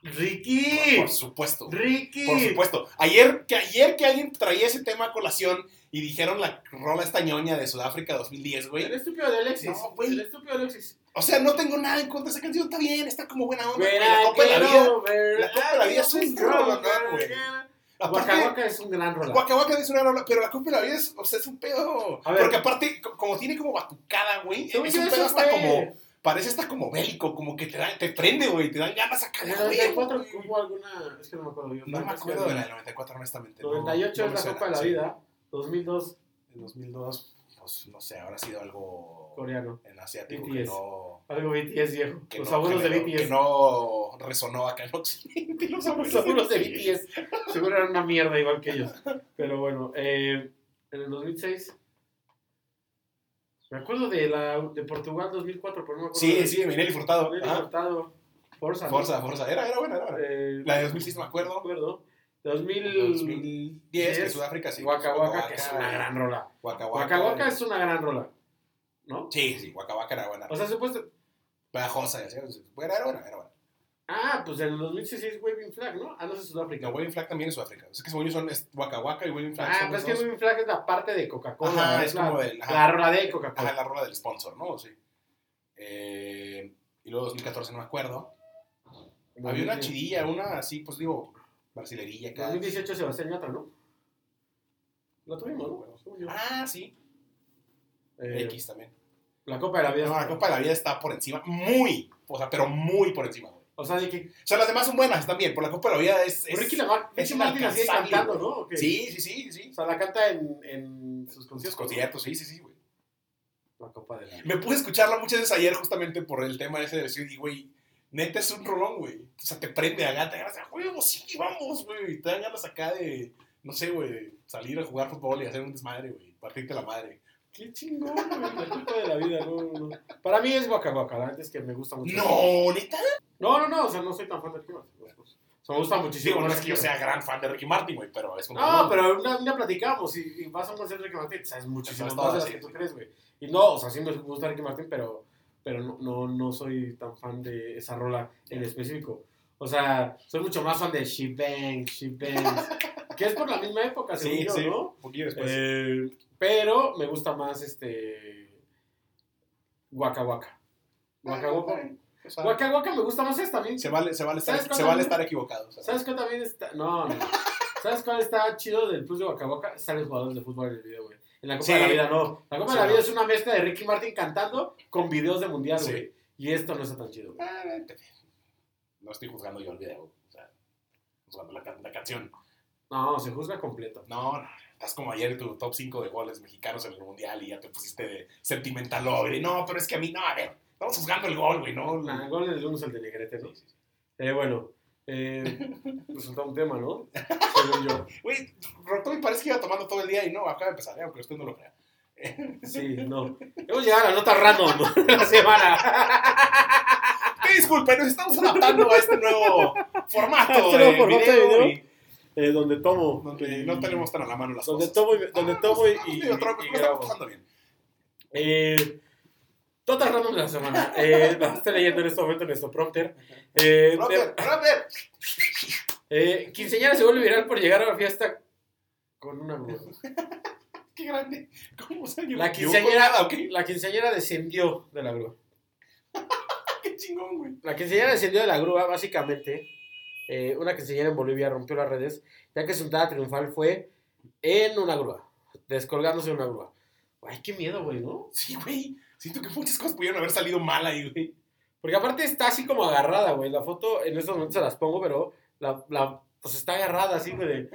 B: ¡Ricky!
A: por supuesto.
B: ¡Ricky!
A: Por supuesto. Ayer que, ayer que alguien traía ese tema a colación y dijeron la rola esta ñoña de Sudáfrica 2010,
B: El
A: güey.
B: estúpido de Alexis.
A: No, güey.
B: El estúpido de Alexis.
A: O sea, no tengo nada en contra de esa canción. Está bien, está como buena onda. güey. La
B: Verá
A: copa de la
B: que
A: vida.
B: no, verá
A: la Copa de la
B: que
A: Vida es
B: no
A: un
B: es
A: rollo,
B: rock,
A: ¿no, güey?
B: verá que- Waka
A: Aparte,
B: Waka es un gran rola.
A: Waka Waka dice una rola, pero la copa de la vida es, o sea, es un pedo.
B: A ver.
A: Porque aparte, co- como tiene como batucada, güey.
B: Según
A: Es
B: yo,
A: un
B: eso
A: pedo hasta
B: fue
A: como. Parece hasta como bélico, como que te, da- te prende, güey. Te dan ganas a
B: En el
A: cagar, güey.
B: 94 hubo alguna... Es que no me acuerdo. yo.
A: No me
B: Es que
A: acuerdo de la del 94, honestamente. no-
B: 98
A: no
B: es
A: me
B: la
A: suena,
B: Copa de la
A: sí.
B: Vida. 2002
A: En 2002, pues no sé, habrá sido algo.
B: coreano.
A: en asiático que
B: BTS.
A: no.
B: Algo BTS viejo.
A: que
B: Los
A: no
B: abuelos de
A: generó- que
B: BTS.
A: no resonó acá en Occidente. Los abuelos,
B: Los abuelos de BTS. Seguro eran una mierda igual que ellos. Pero bueno, eh, en el 2006. Me acuerdo de la de Portugal 2004, pero no me acuerdo.
A: Sí,
B: de-
A: sí, Minelli Furtado.
B: Nelly
A: Ajá.
B: Furtado. Forza. ¿no?
A: Forza, Forza. Era, era buena, era buena.
B: Eh,
A: La de 2006 no me
B: no me
A: acuerdo.
B: acuerdo. 2000.
A: 2010, que
B: diez,
A: Sudáfrica sí.
B: Waka Waka,
A: Waka,
B: que es una gran rola.
A: Waka
B: Waka
A: Waka.
B: Waka es una gran rola. ¿No?
A: Sí, sí, Waka Waka era buena.
B: O sea, supuesto.
A: Pegajosa, ya sabes. Bueno, era buena, era buena.
B: Ah, pues en el 2016 Waving Flag, ¿no? Ah, no es Sudáfrica.
A: La Waving Flag también es Sudáfrica. Es que según yo son es Waka Waka y Waving Flag.
B: Ah,
A: son
B: pero es
A: los
B: que
A: dos.
B: Waving Flag es la parte de Coca-Cola.
A: Ajá,
B: ¿no?
A: es
B: la,
A: como el- ajá.
B: la rola de
A: Ajá,
B: Coca-Cola.
A: la rola del sponsor, ¿no? Sí. Eh, y luego 2014, no me acuerdo. Había una chidilla, una así, pues digo, brasilerilla acá.
B: 2018 Sebastián Yatra, ¿no? La tuvimos, ¿no?
A: Ah, sí.
B: Eh,
A: X también.
B: La Copa de la Vida.
A: No, la Copa de la Vida está por encima, muy, o sea, pero muy por encima, güey.
B: O sea, de que
A: O sea, las demás son buenas también, pero la Copa de la Vida es. es-
B: Ricky, Lamar,
A: es
B: Ricky Martin la sigue
A: inalcanzable,
B: cantando,
A: güey.
B: ¿no? ¿O qué?
A: Sí, sí, sí, sí.
B: O sea, la canta en, en sus
A: Con sus
B: conciertos.
A: conciertos, sí, sí, sí, güey.
B: La Copa de la Vida.
A: Me puse a escucharla muchas veces ayer justamente por el tema ese de decir, y, güey, neta es un rolón, güey. O sea, te prende a gata, ganas de juego, sí, vamos, güey. Y Te dan ganas acá de, no sé, güey, salir a jugar fútbol y hacer un desmadre, güey. Partirte la madre.
B: Qué chingón, güey. La Copa de la Vida, no, no, no. Para mí es Waka Waka, la verdad es que me gusta mucho.
A: No, neta.
B: No, no, no, o sea, no soy tan fan de Ricky Martin. O sea, me gusta muchísimo.
A: Digo, no
B: más
A: es que yo sea gran fan de Ricky Martin, güey, pero es un
B: No, pero una, una platicamos y, y vas a un concierto de Ricky Martin, sabes muchísimas
A: Sabes
B: más
A: todas,
B: de las
A: sí,
B: que tú
A: sí.
B: crees, güey. Y no, o sea, sí me gusta Ricky Martin, pero, pero no, no, no soy tan fan de esa rola en específico. O sea, soy mucho más fan de She Bang, She Bangs, que es por la misma época, según
A: Sí,
B: yo,
A: sí,
B: ¿no?
A: un poquillo después.
B: Eh, pero me gusta más este. Waka Waka.
A: Ah,
B: Waka Waka.
A: O sea,
B: Waka Waka me gusta más esta también.
A: se vale, se vale, estar,
B: ¿Sabes
A: se
B: cuál
A: vale
B: es?
A: estar equivocado. o sea.
B: ¿Sabes cuál también está? No, no. ¿Sabes cuál está chido del plus de Waka Waka? Están los jugadores de fútbol en el video, güey. En la Copa
A: Sí.
B: de la Vida no. La Copa
A: Sí,
B: de la
A: no.
B: Vida es una mezcla de Ricky Martin cantando con videos de mundial,
A: Sí.
B: güey. Y esto no está tan chido, güey.
A: Ah, vete. No estoy juzgando yo el video, o sea, juzgando la, can- la canción.
B: No, se juzga completo.
A: No, no, estás como ayer tu top 5 de goles mexicanos en el mundial y ya te pusiste de sentimental hombre. No, pero es que a mí, no, a ver, estamos juzgando el gol, güey, no.
B: Nah, el gol del uno es el de Negrete, ¿no?
A: Sí, sí, sí.
B: Eh, bueno, eh, resulta un tema, ¿no? Según yo.
A: Güey, Rotomi parece que iba tomando todo el día y no, acaba de empezar, ¿eh? aunque usted no lo crea.
B: Sí, no. Hemos llegado a la nota random de la semana.
A: Que disculpe, nos estamos adaptando a este nuevo
B: Este
A: formato de
B: nuevo formato de
A: video
B: video.
A: y
B: Eh, donde tomo.
A: donde no tenemos tan a la mano las
B: Donde
A: cosas.
B: tomo y, donde
A: Ah,
B: tomo y,
A: pues,
B: y-
A: vamos, digo, Trump,
B: y
A: ¿cómo estamos
B: grabo.
A: pasando bien?
B: Eh, Total random de la semana. Eh, la estoy leyendo en este momento en nuestro prompter. Eh,
A: Robert, Robert.
B: eh, eh, quinceañera se vuelve viral por llegar a la fiesta con una mujer.
A: Qué grande. ¿Cómo se llama?
B: La quinceañera,
A: Ah, ¿ok?
B: la quinceañera descendió de la grúa.
A: Qué chingón, güey.
B: La quinceañera descendió de la grúa, básicamente. eh, una quinceañera en Bolivia rompió las redes, ya que su entrada triunfal fue en una grúa, descolgándose de una grúa. Ay, qué miedo, güey, ¿no?
A: Sí, güey. Siento que muchas cosas pudieron haber salido mal ahí, güey.
B: Porque aparte está así como agarrada, güey. La foto, en estos momentos se las pongo, pero la, la- pues está agarrada así, güey. de-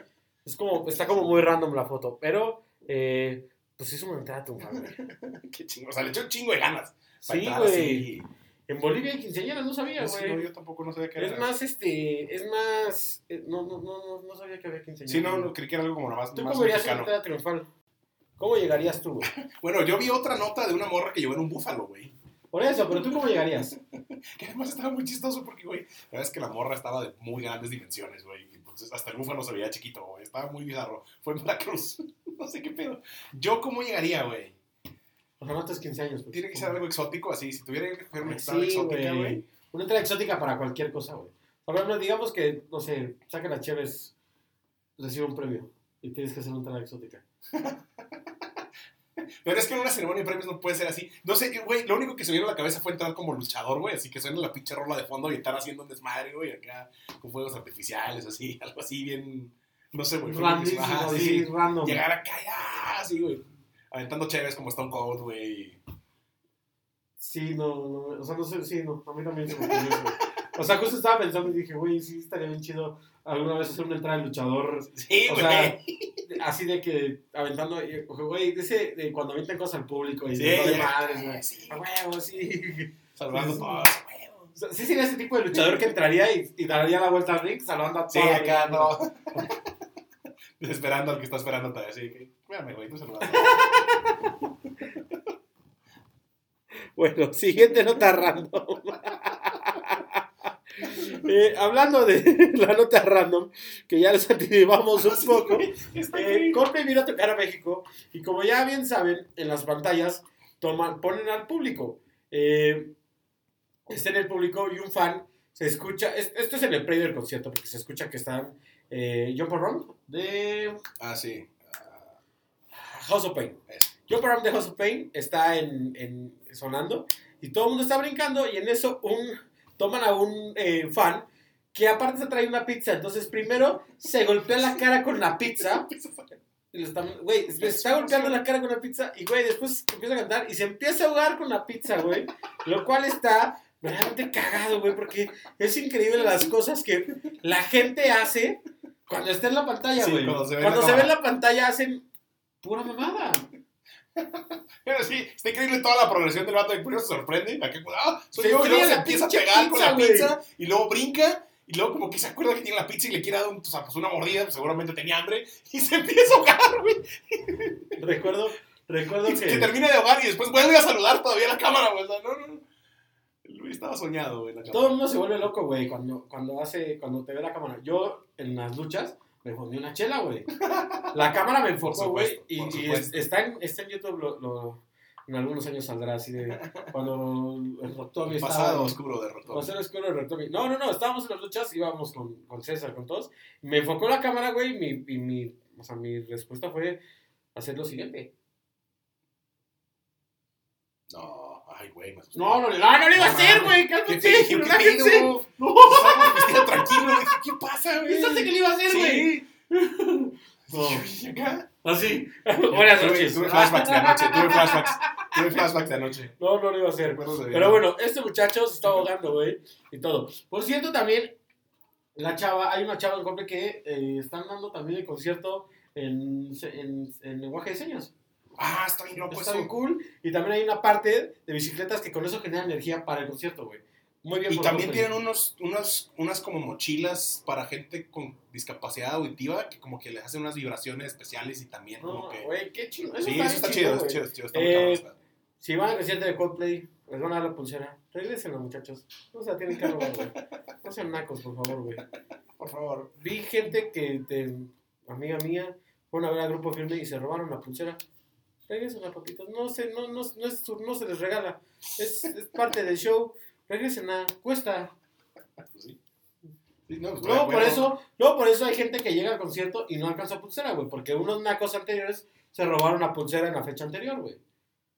B: Es como, está como muy random la foto. Pero, eh, pues es una entrada triunfal, güey.
A: Qué chingón. O sea, le echó un chingo de ganas. Para
B: Sí,
A: entrar
B: güey.
A: así.
B: En Bolivia hay quinceañeras, no sabía,
A: Yo sí, no,
B: güey.
A: yo tampoco no sabía qué
B: Es
A: era.
B: más, este, es más, eh, no, no, no, no, no sabía que había quinceañeras.
A: Sí, no, no, creí que era algo como nada más,
B: ¿Tú
A: más
B: cómo irías a una
A: mexicano.
B: entrada triunfal? ¿Cómo llegarías tú, güey?
A: Bueno, yo vi otra nota de una morra que llevó en un búfalo, güey.
B: Por eso, pero ¿tú cómo llegarías?
A: Que además estaba muy chistoso porque, güey, la verdad es que la morra estaba de muy grandes dimensiones, güey. Entonces hasta el búfalo se veía chiquito, güey. Estaba muy bizarro. Fue en Veracruz. no sé qué pedo. Yo cómo llegaría, güey.
B: O sea, no tus 15 años. pues.
A: Tiene que ser algo exótico, así. Si tuviera que coger una
B: Ay,
A: entrada
B: sí,
A: exótica,
B: güey.
A: güey.
B: Una entrada exótica para cualquier cosa, güey. Por ejemplo, digamos que, no sé, saca las chéves, recibe un premio y tienes que hacer una entrada exótica.
A: Pero es que en una ceremonia de premios no puede ser así. No sé, güey, lo único que se me vino a la cabeza fue entrar como luchador, güey. Así que suena la pinche rola de fondo y estar haciendo un desmadre, güey, acá con fuegos artificiales, así, algo así bien. No sé, güey. fue lo que se-
B: Randísimo,
A: ajá,
B: así,
A: sí.
B: random.
A: Llegar acá, ya, así, güey. Aventando chéves como Stone Cold, güey.
B: Sí, no, no, o sea, no sé, sí, no, a mí también se me ocurrió eso. güey. O sea, justo estaba pensando y dije, güey, sí, estaría bien chido alguna vez hacer una entrada de luchador.
A: Sí,
B: O
A: güey.
B: sea, así de que aventando, y, güey, de ese, de cuando avientan cosas al público y
A: Sí,
B: de
A: ya,
B: madres, güey.
A: sí.
B: A huevo, sí.
A: Saludando
B: sí, sí.
A: todos, güey.
B: O sea, sí sería ese tipo de luchador que entraría y, y daría la vuelta al ring saludando a
A: Sí,
B: toda la
A: acá,
B: gente.
A: no. Esperando al que está esperando todavía, así que. Espérame, güey, tú saludando.
B: Bueno, siguiente nota random. Eh, hablando de la nota random, que ya les anticipamos un poco,
A: Está
B: eh,
A: increíble.
B: Coldplay vino a tocar a México y como ya bien saben, en las pantallas toman, ponen al público. Eh, está en el público y un fan se escucha. es- esto es en el previo del concierto porque se escucha que están eh, John Parram de
A: Ah, sí.
B: House of Pain. John Parram de House of Pain está en, en- sonando y todo el mundo está brincando y en eso un, toman a un eh, fan que aparte se trae una pizza. Entonces primero se golpea la cara con la pizza. Y le están- güey, se está golpeando la cara con la pizza y, güey, después empieza a cantar y se empieza a ahogar con la pizza, güey. Lo cual está verdaderamente cagado, güey, porque es increíble las cosas que la gente hace cuando está en la pantalla,
A: Sí,
B: güey.
A: cuando
B: cuando
A: se ve en
B: se, ve,
A: la
B: en
A: cámara.
B: la pantalla hacen pura mamada.
A: Pero sí, está increíble toda la progresión del vato. Y primero se sorprende. La que, ah, soy
B: Se
A: yo. Y luego
B: enfría
A: se
B: la
A: empieza a
B: pinche
A: pegar con la
B: pizza, güey.
A: pizza. Y luego brinca. Y luego como que se acuerda que tiene la pizza y le quiere dar un- o sea, pues, una mordida. pues, seguramente tenía hambre. Y se empieza a ahogar, güey.
B: Recuerdo, recuerdo
A: Y Se
B: que...
A: termina de ahogar y después vuelve a saludar todavía a la cámara, güey. O sea, no, no, no. Luis estaba soñado, güey. en la
B: Todo el
A: cámara.
B: mundo se vuelve loco, güey, cuando, cuando hace, cuando te ve la cámara. Yo, en las luchas, me fundí una chela, güey. La cámara me
A: Por
B: enfocó,
A: supuesto,
B: güey. Y,
A: por
B: y
A: supuesto.
B: es- está, en, está en YouTube, lo, lo- en algunos años saldrá así de cuando el Rotomi
A: El
B: estaba...
A: pasado oscuro de Rotomi.
B: Cuando era oscuro el Rotomi. No, no, no, estábamos en las luchas, íbamos con, con César, con todos. Me enfocó la cámara, güey, y mi, y mi, o sea, mi respuesta fue hacer lo siguiente.
A: No, ay, güey. me asusté.
B: No, no, no, no, no lo iba a
A: No
B: hacer,
A: mames.
B: güey,
A: ¿Qué
B: cálmense,
A: te- qué
B: relájense.
A: pedo? Pues,
B: No,
A: Estaba vestido tranquilo. dije, ¿Qué pasa, güey?
B: pensaste que lo iba a hacer, güey.
A: Sí.
B: No.
A: Y acá.
B: Así. Buenas
A: Tuve-
B: noches.
A: Tuve flashbacks de anoche, tuve flashbacks. Tuve flashbacks de anoche.
B: No, no lo iba a hacer.
A: Recuerdos de
B: Pero bueno, este muchacho se está ahogando, güey. Y todo. Por cierto, también, la chava, hay una chava en Cople que eh, están dando también el concierto en, se- en, en lenguaje de señas.
A: Ah, está bien loco
B: Está bien
A: eso.
B: cool. Y también hay una parte de bicicletas que con eso genera energía para el concierto, güey. Muy bien.
A: Y
B: por
A: también
B: Coldplay.
A: tienen unos, unos, unas como mochilas para gente con discapacidad auditiva que como que les hacen unas vibraciones especiales y también como
B: No,
A: que...
B: güey, qué chido.
A: sí, eso está chido, está
B: güey.
A: chido, está chido, está muy
B: Eh,
A: cabrón, está.
B: Si van al concierto de Coldplay, les van a dar la pulsera. Regrésenlo, muchachos. No se la tienen que robar, güey. No sean nacos, por favor, güey.
A: Por favor.
B: Vi gente que, de, amiga mía, fueron a ver al grupo firme y se robaron la pulsera. Regrésenla, papitos. No se, no, no, no, es su- no se les regala. Es, es parte del show. Regrésenla. Cuesta.
A: Pues sí. Sí, no, pues, estoy de
B: Luego por,
A: acuerdo.
B: eso, luego por eso hay gente que llega al concierto y no alcanza pulsera, güey. Porque unos nacos anteriores se robaron la pulsera en la fecha anterior, güey.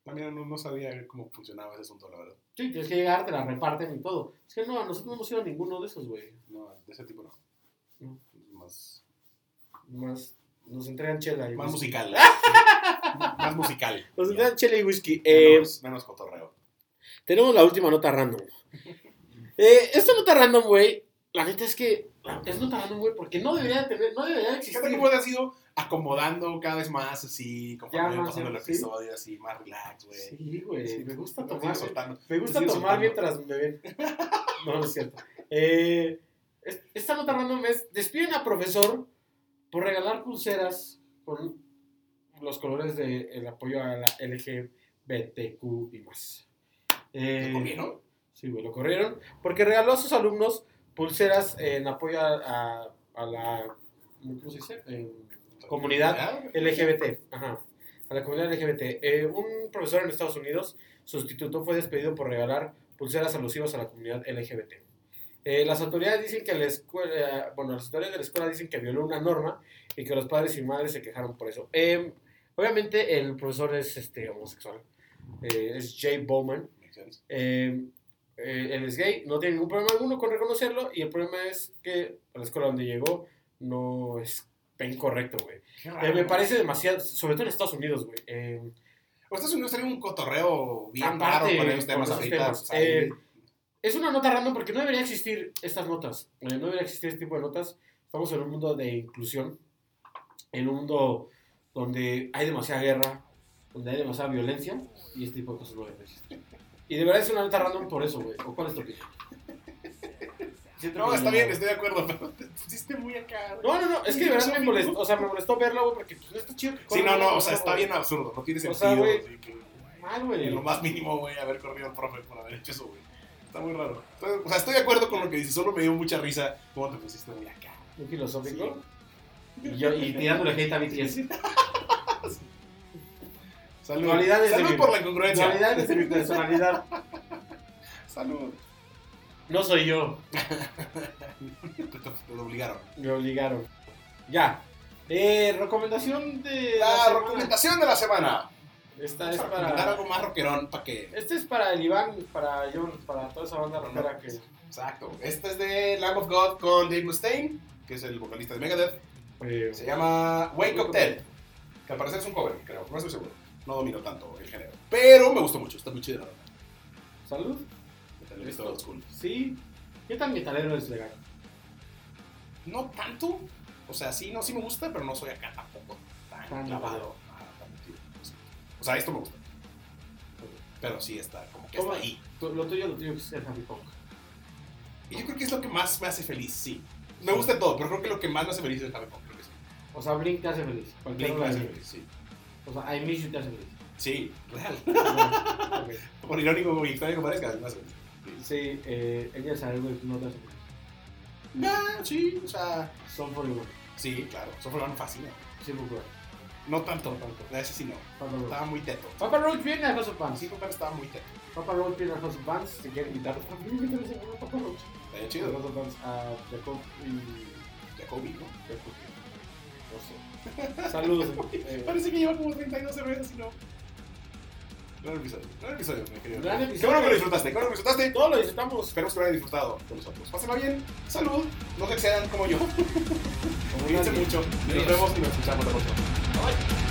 A: Ah, mira, no, no sabía cómo funcionaba ese asunto, la verdad.
B: Sí, tienes que llegar, te la reparten y todo. Es que no, a nosotros no hemos ido a ninguno de esos, güey.
A: No, de ese tipo no.
B: No.
A: Más,
B: Más, nos entregan chela y
A: más
B: whisky.
A: musical. más musical.
B: Nos entregan chela y whisky. Pues Eh,
A: menos, menos cotorreo.
B: Tenemos la última nota random. Eh, esta nota random, güey, la neta es que es nota random, güey, porque no debería de tener, no debería de existir.
A: Fíjate cómo te has ido acomodando cada vez más así,
B: Ya
A: conforme va
B: más,
A: pasando el
B: ya, sí.
A: episodio, así, más relax, güey.
B: Sí, güey,
A: Sí,
B: me gusta
A: no te
B: tomar, eh,
A: sigas soltando.
B: me gusta
A: sigo
B: tomar
A: soltando.
B: mientras me ven. No, no es cierto. Eh, es- esta nota random es, despiden a profesor por regalar pulseras con los colores del apoyo a la LGBTQ y más.
A: ¿Te
B: Eh,
A: comieron?
B: Sí, güey, lo corrieron. Porque regaló a sus alumnos pulseras en apoyo a, a- a la. ¿Cómo se dice? Eh, comunidad LGBT. Ajá. A la comunidad LGBT. Eh, un profesor en Estados Unidos, sustituto, fue despedido por regalar pulseras alusivas a la comunidad LGBT. Eh, las autoridades dicen que la escuela, bueno, las autoridades de la escuela dicen que violó una norma y que los padres y madres se quejaron por eso. Eh, obviamente el profesor es este homosexual, Eh, es Jay Bowman, eh, eh, él es gay, no tiene ningún problema alguno con reconocerlo y el problema es que a la escuela donde llegó no es bien correcto, güey.
A: Qué
B: Eh,
A: raro,
B: me
A: ¿no?
B: parece demasiado, sobre todo en Estados Unidos, güey. Eh,
A: O Estados Unidos trae Pues un cotorreo bien
B: Aparte,
A: raro con esos temas
B: con esos
A: ahorita.
B: temas.
A: o sea, ahí-
B: Eh, es una nota random porque no debería existir estas notas, eh, no debería existir este tipo de notas. Estamos en un mundo de inclusión, en un mundo donde hay demasiada guerra, donde hay demasiada violencia y este tipo de cosas no deberían existir. Y de verdad es una nota random por eso, güey. ¿O cuál es tu opinión? Siento
A: no,
B: que
A: está bien, estoy de acuerdo, pero te pusiste muy acá. güey.
B: No, no, no, es que de verdad me molestó, o sea, me molestó verlo, güey, porque pues, no está chido. que
A: Sí, no,
B: corran
A: no,
B: una
A: o sea,
B: nota,
A: está
B: güey.
A: bien absurdo, no tiene
B: O sea,
A: sentido.
B: güey,
A: así que-
B: Mal,
A: en lo
B: güey.
A: más mínimo, güey, haber corrido al profe por haber hecho eso, güey. Está muy raro. Entonces, o sea, estoy de acuerdo con lo que dices, solo me dio mucha risa cómo te pusiste muy acá.
B: Muy filosófico. Y, yo, y tirándole hate a BTS.
A: Salud.
B: Dualidades de
A: Salud
B: mi-
A: por la congruencia.
B: Personalidad desde mi personalidad.
A: Salud.
B: No soy yo.
A: Te, te- te lo obligaron.
B: Me obligaron. Ya. Eh, recomendación de. la
A: La
B: semana.
A: recomendación de la semana.
B: Esta
A: Vamos
B: es
A: a recomendar
B: para.
A: algo más rockerón para que.
B: Este es para el Iván, para yo, para toda esa banda rockera que.
A: Exacto. Este es de Lamb of God con Dave Mustaine, que es el vocalista de Megadeth.
B: eh,
A: Se llama Wake Up Dead. Que al parecer es un cover, creo. No estoy seguro. No domino tanto el género. Pero me gustó mucho. Está muy chido. la verdad.
B: Salud.
A: Está bien, está old school.
B: Sí. ¿Qué tan metalero es legal?
A: No tanto. O sea, sí, no, sí me gusta, pero no soy acá tampoco tan
B: Tan
A: clavado. Ah, tan metido. O sea, esto me gusta. Pero sí está como que está
B: ¿Cómo?
A: ahí.
B: Tu- Lo tuyo, lo tuyo es el happy punk.
A: Y yo creo que es lo que más me hace feliz, sí. Me gusta todo, pero creo que lo que más me hace feliz es el Harry Potter. Creo que sí.
B: O sea, Blink te hace feliz. cualquier
A: Blink me
B: hora
A: hace
B: del día.
A: feliz, sí.
B: O sea, I Miss You te hace feliz.
A: Sí, real.
B: Ok.
A: Por irónico y extraño que parezca, me hace feliz.
B: Sí, eh, ella sabe güey, no te hace feliz.
A: Nah, Ah, sí, o sea.
B: Son por igual.
A: Sí, claro. Solo me fascina.
B: Sí, por igual.
A: No tanto,
B: Tanto.
A: a ese sí no.
B: Papa Roach.
A: Estaba muy teto.
B: Papa Roach viene a House of Pants.
A: Sí, pero estaba muy teto.
B: Papa Roach viene a House of Pants. Si quieren invitarlo, ¿por qué no invitan a ese güey, Papa Roach?
A: Está bien
B: A
A: chido.
B: House of Pants, a Jacob y.
A: Jacobi, ¿no?
B: Jacob. No sé. Saludos. eh,
A: Parece que lleva como 32 cervezas y no. Gran episodio, gran episodio, mi querido.
B: Gran
A: Qué
B: episodio.
A: bueno que lo disfrutaste, qué bueno que lo disfrutaste.
B: Todos lo disfrutamos.
A: Esperemos que lo hayan disfrutado con nosotros. Pásenla bien, salud, no se excedan como yo.
B: Como
A: Cuídense
B: nadie.
A: mucho. Nos vemos y nos escuchamos la próxima. Bye.